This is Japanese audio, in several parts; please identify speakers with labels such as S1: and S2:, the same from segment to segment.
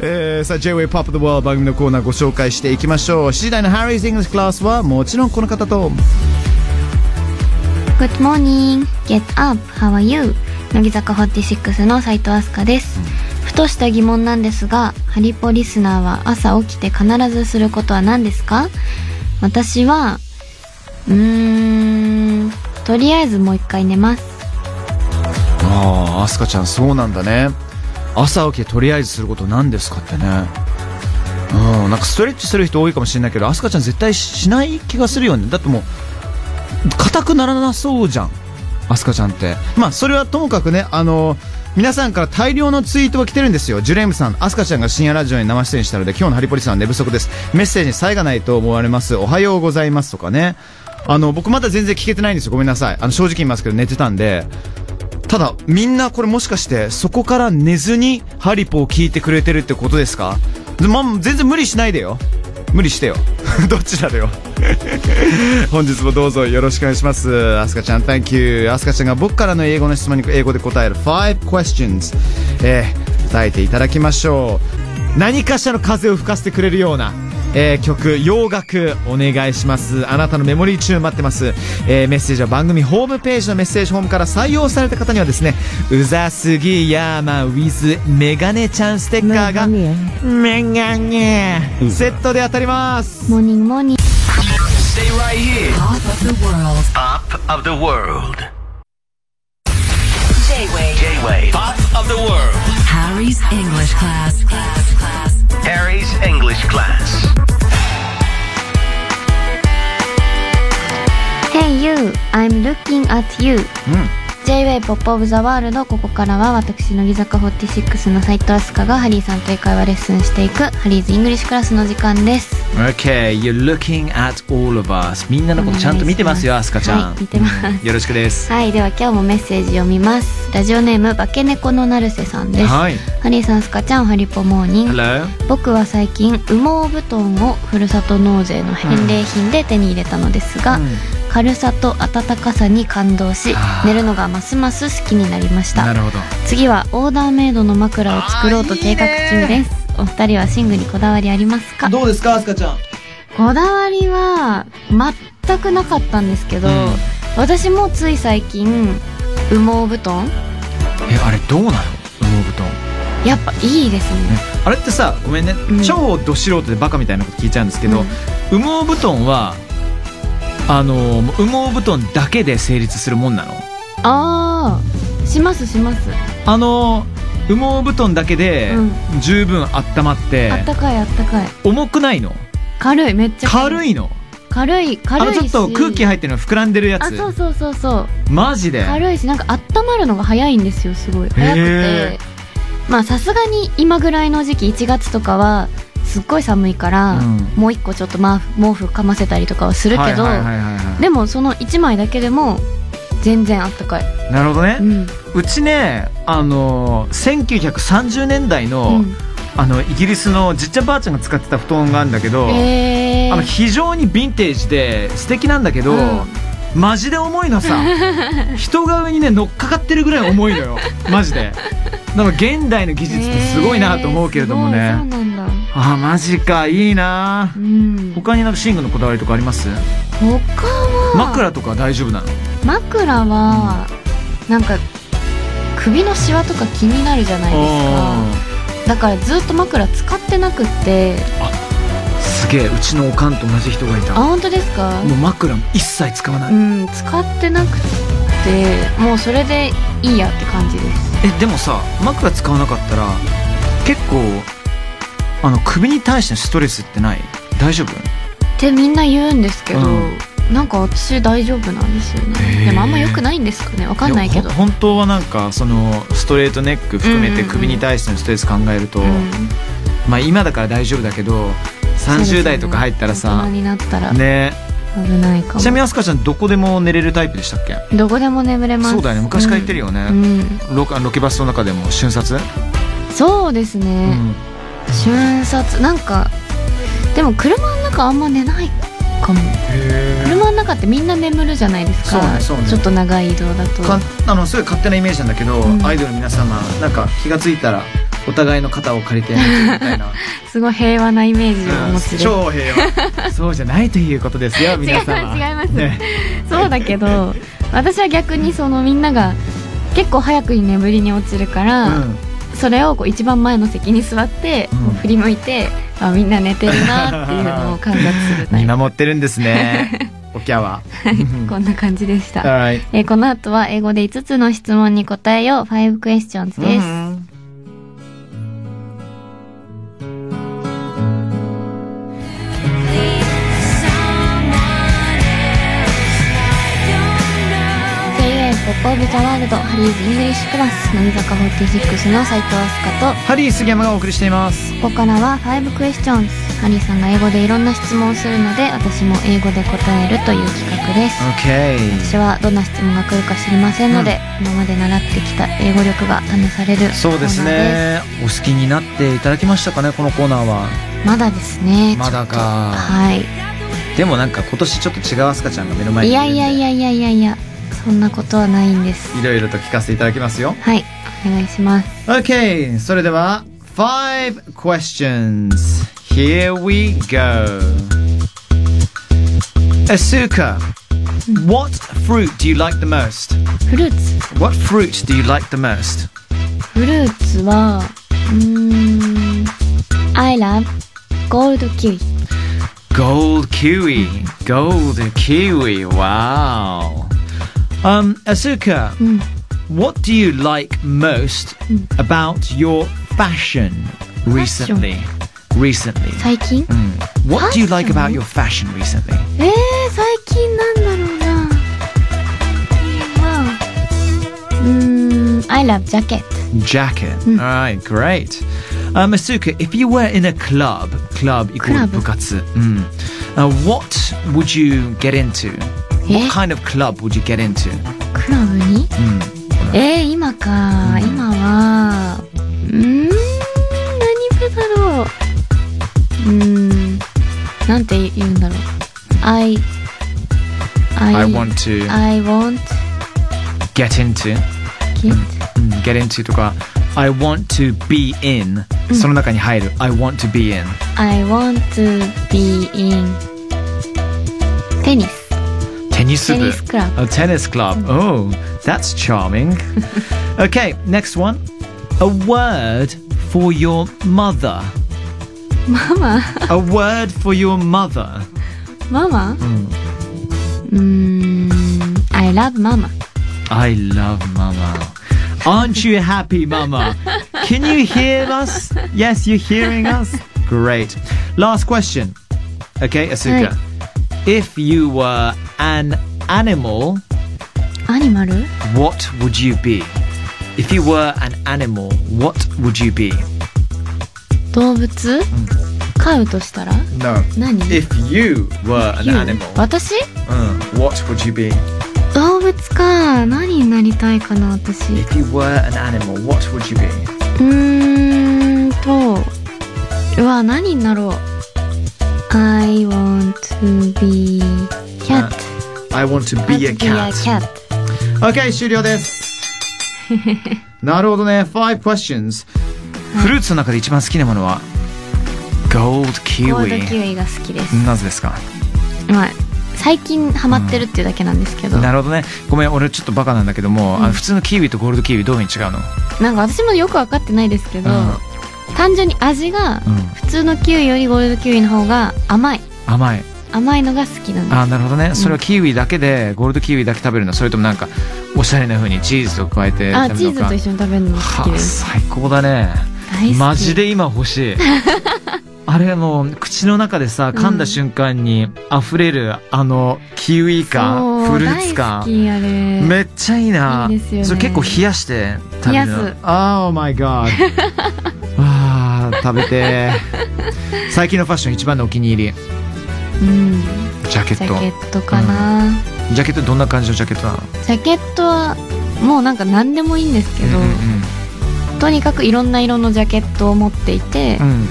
S1: えー、さあ J-Way Pop the World 番組のコーナーご紹介していきましょう7時台の Harry's English Class はもちろんこの方と
S2: Good morning, get up, how are you? 乃木坂46の斉藤飛鳥です。ふとした疑問なんですが、ハリポリスナーは朝起きて必ずすることは何ですか私は、うーん、とりあえずもう一回寝ます。
S1: ああアスカちゃんそうなんだね朝起きてとりあえずすること何ですかってねうんなんかストレッチする人多いかもしれないけどアスカちゃん絶対ししない気がするよねだってもう硬くならなそうじゃんアスカちゃんってまあそれはともかくねあの皆さんから大量のツイートが来てるんですよジュレームさんアスカちゃんが深夜ラジオに生出演したので今日のハリポリさんは寝不足ですメッセージに差異がないと思われますおはようございますとかねあの僕まだ全然聞けてないんですよごめんなさいあの正直言いますけど寝てたんでただみんなこれもしかしてそこから寝ずにハリポを聞いてくれてるってことですか、ま、全然無理しないでよ無理してよ どっちだろよ 本日もどうぞよろしくお願いしますアスカちゃん Thank you アスカちゃんが僕からの英語の質問に英語で答える5 questions、えー答えていただきましょう何かしらの風を吹かせてくれるようなえー曲洋楽お願いしますあなたのメモリーチューン待ってます、えーメッセージは番組ホームページのメッセージホームから採用された方にはですねうざすぎやま with メガネちゃんステッカーがメガネセットで当たります
S2: モーニングモーニング。
S3: Stay right here.
S4: Top of the world.
S3: Pop of the world.
S4: J-Wave.
S3: J-Wave. Pop of the world.
S4: Harry's English class. Class. Class.
S3: Harry's English class.
S2: Hey you, I'm looking at you. J-Way Pop of the World ここからは私乃木坂46の斉藤飛鳥がハリーさんと英会話レッスンしていくハリーズイングリッシュクラスの時間です。
S1: OK you're looking at all of us みんなのことちゃんと見てますよアスカちゃん、
S2: はい見てます
S1: よろしくです
S2: はい、では今日もメッセージ読みます。ラジオネーム化け猫のなるせさんです。
S1: はい
S2: ハリーさん、スカちゃん、ハリポモーニング。
S1: Hello
S2: 僕は最近羽毛布団をふるさと納税の返礼品で手に入れたのですが、
S1: うん
S2: 軽さと暖かさに感動し
S1: あー
S2: 寝るのがますます好きになりました
S1: なるほど
S2: 次はオーダーメイドの枕を作ろうと計画中ですお二人は寝具にこだわりありますか
S1: どうですかアスカちゃん
S2: こだわりは全くなかったんですけど、
S1: うん
S2: 私もつい最近羽毛布団
S1: えあれどうなの羽毛布団
S2: やっぱいいですね
S1: あれってさごめんね、
S2: うん
S1: 超ど素人でバカみたいなこと聞いちゃうんですけど、
S2: うん
S1: 羽毛布団はあのもう羽毛布団だけで成立するもんなの
S2: ああしますします
S1: あの羽毛布団だけで
S2: うん
S1: 十分温まって
S2: あ、ったかいあったかい
S1: 重くないの
S2: 軽いめっちゃ
S1: 軽
S2: い
S1: いの
S2: 軽い
S1: あ
S2: 軽
S1: の
S2: いし
S1: ちょっと空気入ってるの膨らんでるや
S2: あ
S1: つ
S2: そうそうそうそう
S1: マジで
S2: 軽いしなんか温まるのが早いんですよすごい早く
S1: へ
S2: てまあさすがに今ぐらいの時期1月とかはすっごい寒いから、
S1: うん
S2: もう一個ちょっとまあ毛布かませたりとかはするけど、
S1: はいはいはいはいは
S2: でもその1枚だけでも全然あったかい、
S1: いなるほどね、
S2: うん
S1: うちねあの1930年代の,、
S2: うん
S1: あのイギリスのじっちゃんばあちゃんが使ってた布団があるんだけど、
S2: えー
S1: あの非常にヴィンテージで素敵なんだけど、
S2: う
S1: マジで重いの さ人が上にね乗っかかってるぐらい重いのよマジでなの現代の技術ってすごいなと思うけれどもね、
S2: えーすごいそうなんだ
S1: あーマジかいいな
S2: うん
S1: 他になんか寝具のこだわりとかあります
S2: 他は
S1: 枕とか大丈夫なの
S2: 枕はなんか首のシワとか気になるじゃないで
S1: お
S2: すかだからずっと枕使ってなくって
S1: ーすげえうちのおかんと同じ人がいた
S2: あ本当ですか
S1: もう枕も一切使わな
S2: う
S1: い
S2: ん使ってなくてもうそれでいいやって感じです
S1: えでもさ枕使わなかったら結構あの首に対してのストレスってない大丈夫
S2: ってみんな言うんですけど、
S1: うん
S2: なんか私大丈夫なんですよ
S1: へー
S2: ねでもあんま良くないんですかねわかんないけど
S1: やほ本当はなんかそのストレートネック含め
S2: うんう
S1: て
S2: んうん
S1: 首に対してのストレス考えると、
S2: うん
S1: まあ今だから大丈夫だけど30代とか入ったら
S2: 大
S1: さ
S2: 人になったら
S1: ね
S2: 危ないかも
S1: ちなみにあすかちゃんどこでも寝れるタイプでしたっけ
S2: どこでも眠れます
S1: そうだよね昔から言ってるよね
S2: うんうん
S1: ロケロケバスの中でも瞬殺、
S2: そうですね、
S1: うん
S2: 瞬殺なんかでも車の中あんま寝ないかも車の中ってみんな眠るじゃないですか
S1: そうねそうね
S2: ちょっと長い移動だと
S1: かあのすごい勝手なイメージなんだけど、
S2: うん
S1: アイドルの皆様なんか気がついたらお互いの肩を借りて歩くみたい な
S2: すごい平和なイメージをお持ちで、
S1: 超平 和そうじゃないということですよ
S2: 違い
S1: 皆
S2: ます
S1: さんは
S2: 違います、
S1: ね
S2: そうだけど私は逆にそのみんなが結構早くに眠りに落ちるから、
S1: うん
S2: それをこう一番前の席に座って、
S1: うん
S2: こう振り向いてあみんな寝てるなっていうのを観察するタイ
S1: 見
S2: プ
S1: 守ってるんです ねおきゃは
S2: こんな感じでした、
S1: はい
S2: えーこの後は英語で5つの質問に答えよう5クエスチョンズです、JA ポップオブザワールドハリーズイングリッシュクラス乃木坂46の斉藤飛鳥と
S1: ハリー杉山がお送りしています
S2: ここからは5クエスチョンズハリーさんが英語でいろんな質問をするので私も英語で答えるという企画です
S1: OK
S2: 私はどんな質問が来るか知りませんので、今まで習ってきた英語力が試される
S1: そうです
S2: コーナ
S1: ね
S2: ー
S1: お好きになっていただきましたかねこのコーナーは
S2: ですまだですね
S1: まだか
S2: はい
S1: でもなんか今年ちょっと違うアスカちゃんが目の前に
S2: い
S1: いる
S2: や
S1: んで
S2: いやいやいやいやいやそんなことはないんです
S1: いろいろと聞かせていただきますよ
S2: はいお願いします
S1: OK それでは5 questions Here we go Asuka What fruit do you like the most?
S2: フルーツ
S1: What fruit do you like the most?
S2: フルーツはうーん I love ゴールドキウイ
S1: Gold kiwi. Gold kiwi. Wow. Um, Asuka,
S2: うん
S1: what do you like most about your fashion recently? Recently.
S2: 最近
S1: Mm. What do you like
S2: Fashion?
S1: about your fashion recently?
S2: えー、最近なんだろうなまあうーん I love ジャケット
S1: Jacket.
S2: Hmm.
S1: All right, great. Um, Asuka, if you were in a club, club equal
S2: Club.
S1: bukatsu, mm, uh, what would you get into?
S2: Eh?
S1: What kind of club would you get into?
S2: クラブに、えー、今か、今はうーん何部だろううーんなんて言うんだろう I I, uh
S1: I want to
S2: I want
S1: get into.
S2: it
S1: うん get into とか I want to be in、そ
S2: Hmm.
S1: の中に入る I want to be in
S2: I want to be in テニス
S1: テニス
S2: テ
S1: 部
S2: ニスクラブ
S1: A tennis club oh that's charming okay next one a word for your mother
S2: ママ
S1: a word for your mother
S2: ママうーん I love ママ
S1: I love mama aren't you happy mama can you hear us yes you're hearing us great last question okay Asuka if you were an animal
S2: アニマル
S1: What would you be? If you were an animal, what would you be?
S2: 動物、飼うとしたら
S1: No.
S2: 何
S1: If you were an
S2: You
S1: animal,
S2: 私
S1: mm, what would you be?
S2: 動物か何になりたいかな私う
S1: If you were an animal, what would you be?
S2: ーんとうわ何になろう I want to be cat
S1: I want to be a cat. Okay, 終了 です。なるほどね。Five questions. フルーツの中で一番好きなものは Gold
S2: ゴールドキ
S1: Kiwi。
S2: ウイが好きです、
S1: なぜですか
S2: まあ最近ハマってるっていうだけなんですけど、
S1: なるほどね。ごめん、俺ちょっとバカなんだけども、あの普通のキウイとゴールドキウイどういうふうに違うの
S2: なんか私もよく分かってないですけど、
S1: うん
S2: 単純に味が
S1: うん
S2: 普通のキウイよりゴールドキウイの方が甘い
S1: 甘い。
S2: 甘いのが好きなんです
S1: あーなるほどねそれはキウイだけで、ゴールドキウイだけ食べるのそれともなんかおしゃれな風にチーズと加えて
S2: あ
S1: 食べ
S2: チ
S1: るの
S2: ーズ
S1: か
S2: と一緒に食べるのも好き
S1: は
S2: で
S1: あ
S2: す
S1: 最高だね
S2: 大好き
S1: マジで今欲 しいあれもう口の中でさ噛んだ瞬間に溢れるあのキウイ感、
S2: そう
S1: フルーツ感
S2: 大好きあれ
S1: めっちゃいいない
S2: いですよね
S1: それ結構冷やして食べる
S2: 冷
S1: の
S2: やす
S1: あー Oh my god あー食べてー最近のファッション一番のお気に入り
S2: うん
S1: ジャケ
S2: ジ
S1: ッ
S2: ャ
S1: ト
S2: ケットかな、
S1: ジャケットどんな感じのジャケットなの
S2: ジャケットはもうなんか何でもいいんですけど、
S1: うんうんうん
S2: とにかくいろんな色のジャケットを持っていて
S1: う、ん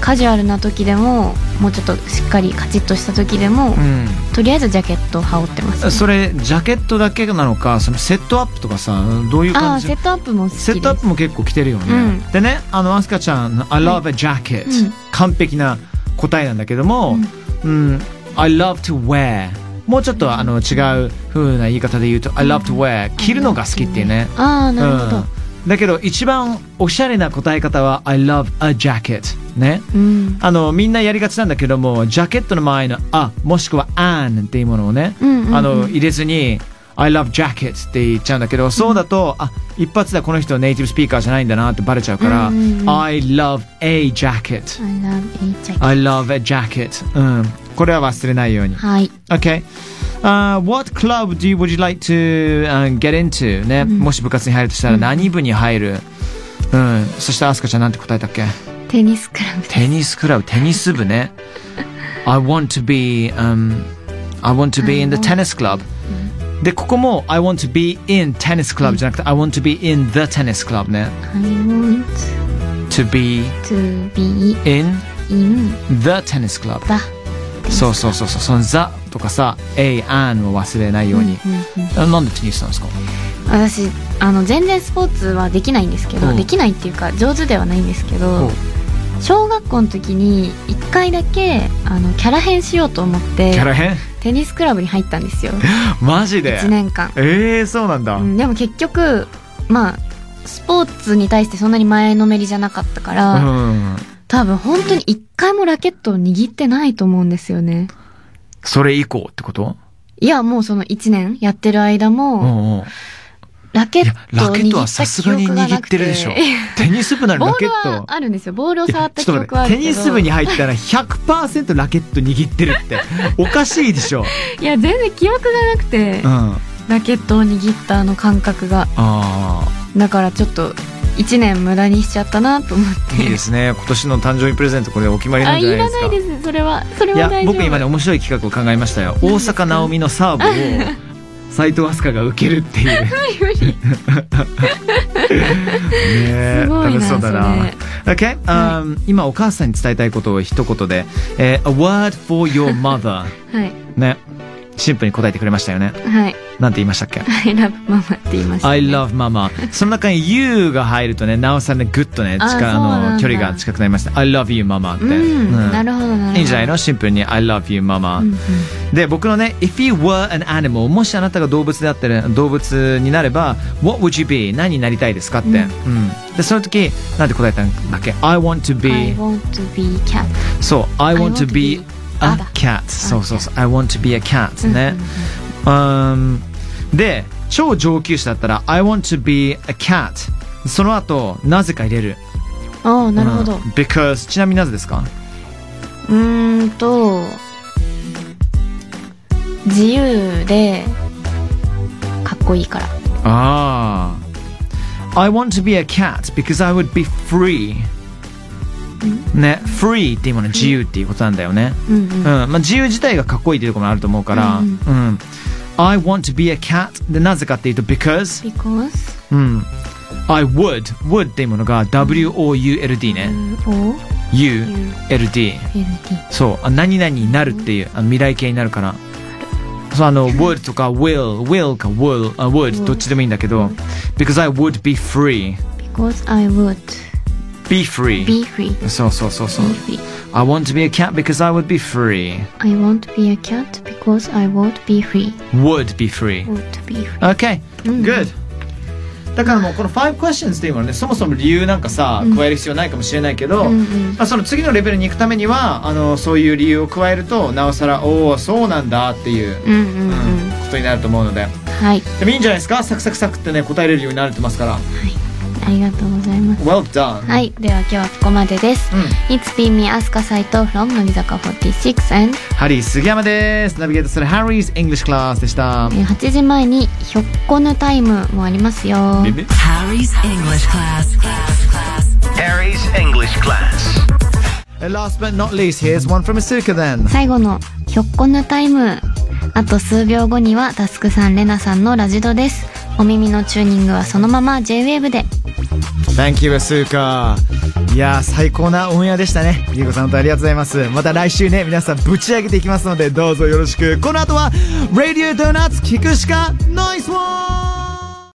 S2: カジュアルな時でももうちょっとしっかりカチッとした時で
S1: う
S2: も、
S1: ん
S2: とりあえずジャケットを羽織ってます、
S1: それジャケットだけなのかそのセットアップとかさどういう
S2: あ
S1: 感
S2: あ
S1: じ
S2: セットアップも好きです
S1: セットアップも結構着てるよね、
S2: うん
S1: でねあのアスカちゃんの「I love a jacket、
S2: うん
S1: 完璧な答えなんだけども「うん I love to wear」もうちょっとあの違う風な言い方で言うと「I love to wear」着るのが好きっていうね、
S2: ああなるほど、
S1: うん、だけど一番おしゃれな答え方は「I love a jacket」ね
S2: うん
S1: あのみんなやりがちなんだけどもジャケットの前の「あ」もしくは「an」っていうものをね、
S2: うんうんうん
S1: あの入れずに「I love jacket」って言っちゃうんだけどそうだと、あ一発ではこの人ネイティブスピーカーじゃないんだなってバレちゃうから「
S2: うんうんうん
S1: I love a jacket」
S2: I love you,
S1: 「
S2: Jackie
S1: I love a jacket」うんこれは忘れないように
S2: はい
S1: Okay. Uh, what club do you, would you like to uh, get into? ね、もし部活に入るとしたら何部に入る、うん、そしてアスカちゃんなんて答えたっけ
S2: テニスクラブ
S1: テニスクラブ、テニス部ね。I want to be, um, I want to be in the tennis club. で、ここも I want to be in tennis club じゃなくて I want to be in the tennis club ね。
S2: I want
S1: to be
S2: to be
S1: in
S2: in
S1: the tennis club.
S2: the
S1: そうそうそうそう、その the とかさ、a, an を忘れないように。あなんでテニスなんですか
S2: 私あの全然スポーツはできないんですけど、
S1: うん
S2: できないっていうか上手ではないんですけ
S1: う
S2: ど、
S1: ん
S2: 小学校の時に1回だけあのキャラ変しようと思って
S1: キャラ変
S2: テニスクラブに入ったんですよ
S1: マジで
S2: 1年間、
S1: ええー、そうなんだ、
S2: うん、でも結局まあスポーツに対してそんなに前のめりじゃなかったから、
S1: うん、
S2: 多分本当に1回もラケットを握ってないと思うんですよね
S1: それ以降ってこと
S2: いやもうその1年やってる間
S1: う
S2: も
S1: んうん
S2: ラケ
S1: い
S2: ッ
S1: や
S2: ト
S1: ラ
S2: を
S1: ケットはさすが
S2: 握っ
S1: に
S2: た記憶が
S1: 握
S2: な
S1: っ
S2: く
S1: てるでしょ
S2: いや
S1: テニス部なら
S2: ボ
S1: ラ
S2: ー
S1: ケ
S2: ル
S1: ット
S2: はあるんですよボールを
S1: い
S2: 触
S1: や
S2: った
S1: ち
S2: 記
S1: ょっと
S2: 憶はあ
S1: 待っ
S2: る
S1: て
S2: け
S1: テ
S2: ど
S1: ニス部に入ったら100%ラケット握ってるっておかしいでしょ、
S2: いや全然記憶がなくて
S1: うん、あ
S2: ラケットを握ったあの感覚が
S1: あ
S2: だからちょっと1年無駄にしちゃったなと思って
S1: いいですね今年の誕生日プレゼントこれお決まり
S2: あ
S1: なんじゃ
S2: い
S1: な
S2: ら
S1: いです
S2: な
S1: か
S2: いですそれはそれ
S1: い
S2: は
S1: や
S2: 大丈夫
S1: 僕 今ね面白い企画を考えましたよ大阪なおみのサーブ を斎藤飛鳥が受けるっていうねえ
S2: すごいな
S1: 楽しそうだ
S2: そ
S1: な
S2: れ
S1: Okay, um, 今お母さんに伝えたいことを一言で、えー A word for your mother
S2: はい
S1: ねシンプルに答えてくれましたよね
S2: はい
S1: なんて言いましたっ け
S2: I love ママって言いましたね、
S1: I love mama その中に you が入るとねなおさらねグッとね
S2: あー
S1: 近
S2: そうなん
S1: あ
S2: だ
S1: の距離が近くなりました I love you mama って、
S2: うん、
S1: うん
S2: なるほどなるほど
S1: いいんじゃないのシンプルに I love you mama、
S2: うんうん
S1: で僕のね「If you were an animal」もしあなたが動物であったら動物になれば「What would you be?」何になりたいですかって、うんでその時なんて答えたんだっけ「I want to
S2: I
S1: be
S2: want to be cat」
S1: そう「I want to be
S2: I
S1: a
S2: want to be
S1: cat」そうそうそう「I want to be a cat ね」うんで超上級者だったら「I want to be a cat」その後なぜか入れる
S2: ああなるほど
S1: うん because ちなみになぜですか
S2: うーんと自由でかっこいいから
S1: ああ。I want to be a cat because I would be free. ね、free っていうもの自由っていうことなんだよね。
S2: うんうん
S1: うん、まあ自由自体がかっこいいっていうところもあると思うから、うん、I want to be a cat でなぜかっていうと because、
S2: because
S1: うん、I Hmm. would would っていうものが W O U L D ね、
S2: O
S1: U L D
S2: L
S1: そうあ何々になるっていうあの未来形になるからそうあの would とか will will か will あ would どっちでもいいんだけど because I would be free
S2: D because I would
S1: be free
S2: be free
S1: そうそうそうそう
S2: be free
S1: I want to be a cat because I would be free
S2: I want to be a cat because I would be free
S1: would be free
S2: would be free
S1: Okay good だからもうこの5 questions っていうのはねそもそも理由なんかさ加える必要ないかもしれないけど、
S2: うんうん
S1: まあ、その次のレベルに行くためにはあのそういう理由を加えるとなおさらおおそうなんだっていう、
S2: うんうんうん
S1: うんことになると思うので
S2: はい
S1: でもいいんじゃないですかサクサクサクってね答えれるようになれてますから
S2: ありがとうございます
S1: Well done
S2: はいでは今日はここまでです、
S1: う
S2: It's been me アスカサイト from 乃木坂46 and
S1: ハリー杉山ですナビゲートするハリーズ English Class でした
S2: えー8時前にひょっこぬタイムもありますよ
S4: Harry's English class. class, class.
S3: Harry's English class.
S1: And last but not least here's one from Asuka then
S2: 最後のひょっこぬタイムあと数秒後にはタスクさんレナさんのラジドですお耳のチューニングはそのまま JWAVE で
S1: Thank you Asuka いやー最高なオンエアでしたねリーゴさん本当ありがとうございますまた来週ね皆さんぶち上げていきますのでどうぞよろしくこの後は「Radio Donuts 聞くしかナイスワン!」